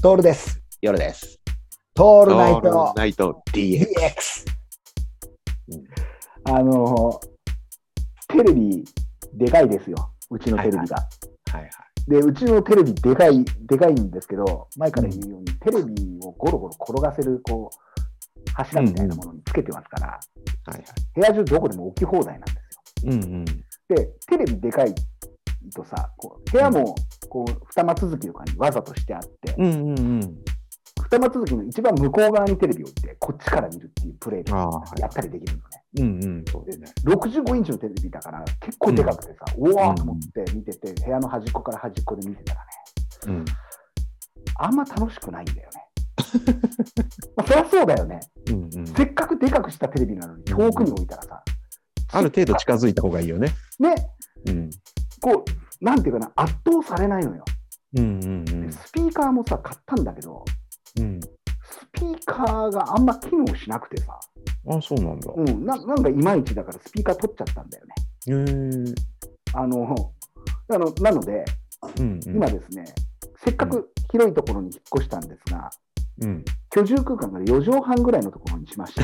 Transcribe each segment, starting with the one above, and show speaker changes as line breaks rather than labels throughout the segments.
トールです。
夜です。
ト
オ
ールナイト
ナイト DX。
DX。あの、テレビ、でかいですよ。うちのテレビが。
はいはいはい。
で、うちのテレビ、でかい、でかいんですけど、前から言うように、テレビをゴロゴロ転がせる、こう、柱みたいなものにつけてますから、
はいは
部屋中どこでも置き放題なんです
い。うんうん。
よ。で、テレビでかいとさ、こう部屋も、こう、二間続きとかにわざとしてあって、
うんうんうん。
二間続きの一番向こう側にテレビを置いて、こっちから見るっていうプレイ
あ
が
あ、はい。
やったりできるのね。
うんうん。そうですね。
65インチのテレビだから結構でかくてさ、うわーと思って見てて、部屋の端っこから端っこで見てたらね、
うん。
あんま楽しくないんだよね。まあ、そりゃそうだよね。
うんうん。
せっかくでかくしたテレビなのに遠くに置いたらさ、
ある程度近づいた方がいいよね。
ね、
うん。
こう、なんていうかな、圧倒されないのよ。
うんうん
でスピーカーもさ、買ったんだけど、
うん。
スピーカーがあんま機能しなくてさ、
うん。あ、そうなんだ。
うん、ななんかいまいちだからスピーカー取っちゃったんだよね。
へえ。うん
あの、あのなので、
うん。
今ですね、せっかく広いところに引っ越したんですが、
うん。
居住空間が4畳半ぐらいのところにしま して、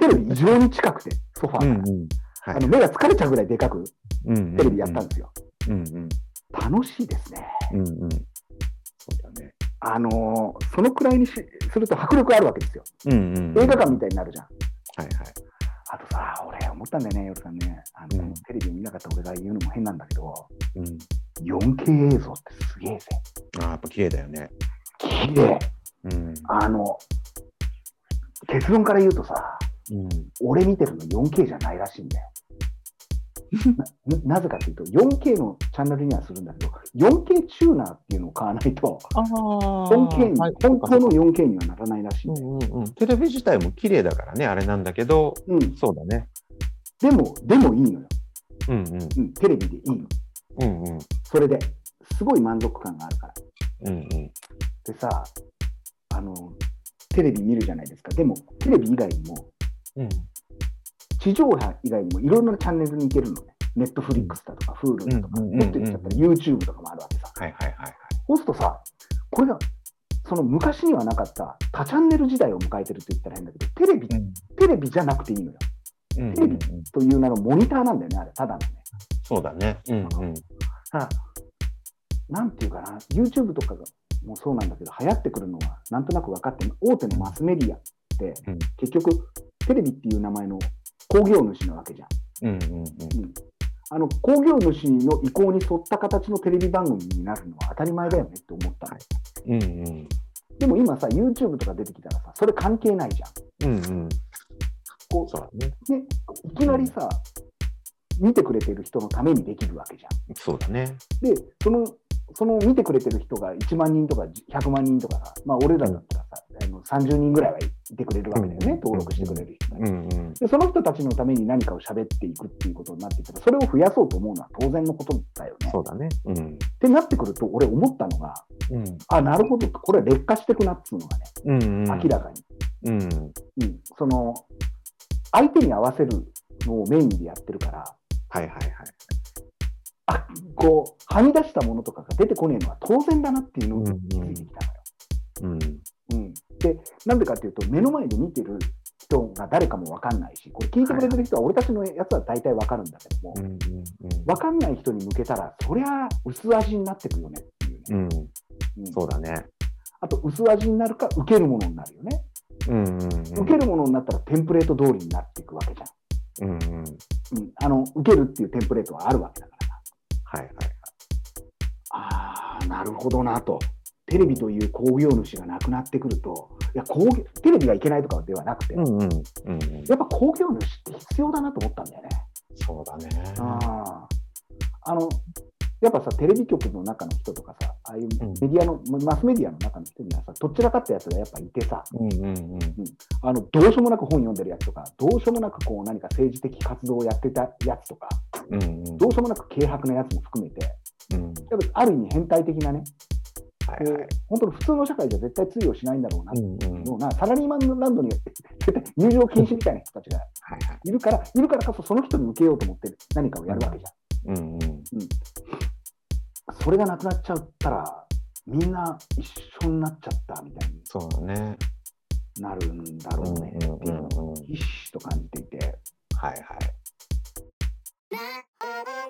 テレビ異常に近くて、ソファー
う
が、
んうん。は
あ
い
の目が疲れちゃうぐらいでかく
うんうん。
テレビやったんですよ。
うんうん。
楽しいですね。
うんうん。そうだね。
あのーそのくらいにしすると迫力あるわけですよ。
うんうん。
映画館みたいになるじゃん。
はいはい。
あとさ、俺思ったんだよね、夜さんね。あの
うん
テレビ見なかった俺が言うのも変なんだけど、
うん。
4K 映像ってすげえぜ。
ああ、やっぱ綺麗だよね。
綺麗
うん。
あの、結論から言うとさ、
うん。
俺見てるの 4K じゃないらしいん だよ。なななぜかというと、4K のチャンネルにはするんだけど、4K チューナーっていうのを買わないと、
ああ。
4K に、
はい
本当の 4K にはならないらしいんだよ。
うんうんうん、テレビ自体も綺麗だからね、あれなんだけど、
うん、で
そうだね。
も、でもいいのよ。
うんうん。
うん、テレビでいいの。
うんうん。
それで、すごい満足感があるから。
うんうん。
でさ、あの、テレビ見るじゃないですか。でも、テレビ以外にも、
うん
地上波以外にもいろんなチャンネルに行けるのね。ネットフリックスだとか、Hulu だとか、
うんうんうんうん
もっと言っちゃったら YouTube とかもあるわけさ。
はいはいはい。
そうするとさ、これが、その昔にはなかった多チャンネル時代を迎えてると言ったら変だけど、テレビ、
うん
テレビじゃなくていいのよ。
うん
テレビという名のモニターなんだよね、あれ、ただのね。
そうだね。うんうん。
ただなんていうかな、YouTube とかがもうそうなんだけど、流行ってくるのはなんとなく分かって、大手のマスメディアって、
うん
結局、テレビっていう名前の工業主なわけじゃん。
うんうん
うんあの工業主の意向に沿った形のテレビ番組になるのは当たり前だよねって思ったの、
はうん。うんうん。
でも今さ YouTube とか出てきたらさそれ関係ないじゃん
うんうん。
こ
そうだね。
う、ね、いきなりさ、見てくれてる人のためにできるわけじゃん。
そうだね。
で、その、その見てくれてる人が1万人とか100万人とかさ、まあ、俺らだったらさ、あの30人ぐらいはいてくれるわけだよね、
うん
登録してくれる人が、
うんうん。
で、その人たちのために何かを喋っていくっていうことになってきたら、それを増やそうと思うのは当然のことだよね。
そうだね。うん。
ってなってくると、俺思ったのが、
うん
あ、なるほど、これは劣化してくなっていうのがね、
うんうん。
明らかに。
うん。
うん、その相手に合わせるのをメインでやってるから
はいはいはい。
あこうはみ出したものとかが出てこねえのは当然だなっていうの
うんう
に気づいてき
ん
たのよ。う
うん。
ん、でなんでかっていうと目の前で見てる人が誰かも分かんないしこれ聞いてくれてる人は俺たちのやつは大体分かるんだけども、
うんうんうん。
分かんない人に向けたらそりゃ薄味になってくよねっていう
う
ね、
ん。
うん
そうだね。
あと薄味になるか受けるものになるよね、
うんうんうん。
受けるものになったらテンプレート通りになっていくわけじゃ
うんうん。
ん、うん、あの受けるっていうテンプレートはあるわけだから。
はいはい。
ああ、なるほどなと。テレビという工業主がなくなってくると、いや工業テレビがいけないとかではなくて、
うんうん。うんうん。
やっぱ工業主って必要だなと思ったんだよね。
そうだね。
あーあのやっぱさ、テレビ局の中の人とかさ、ああいううんメディアの、マスメディアの中の人にはさ、どちらかったやつがやっぱいてさ、
うんうんうん。
あのどうしようもなく本読んでるやつとか、どうしようもなくこう何か政治的活動をやってたやつとか、
うんうん。
どうしようもなく軽薄なやつも含めて、
うん。
やっぱある意味変態的なね、
はい
こ
は
う
い。
本当に普通の社会じゃ絶対通用しないんだろうなって
うんうん。
ようなサラリーマンランドに絶対入場禁止みたいな人たちが
はいはい。
いるから、いるからこそその人に受けようと思って何かをやるわけじゃん。
うんうん。
それがなくなっちゃったら、みんな一緒になっちゃったみたいに
そうだね。
なるんだろうね
うんうん嗯
っていうのを
うんうん
ひしひしと感じていて。
はいはい。
Love.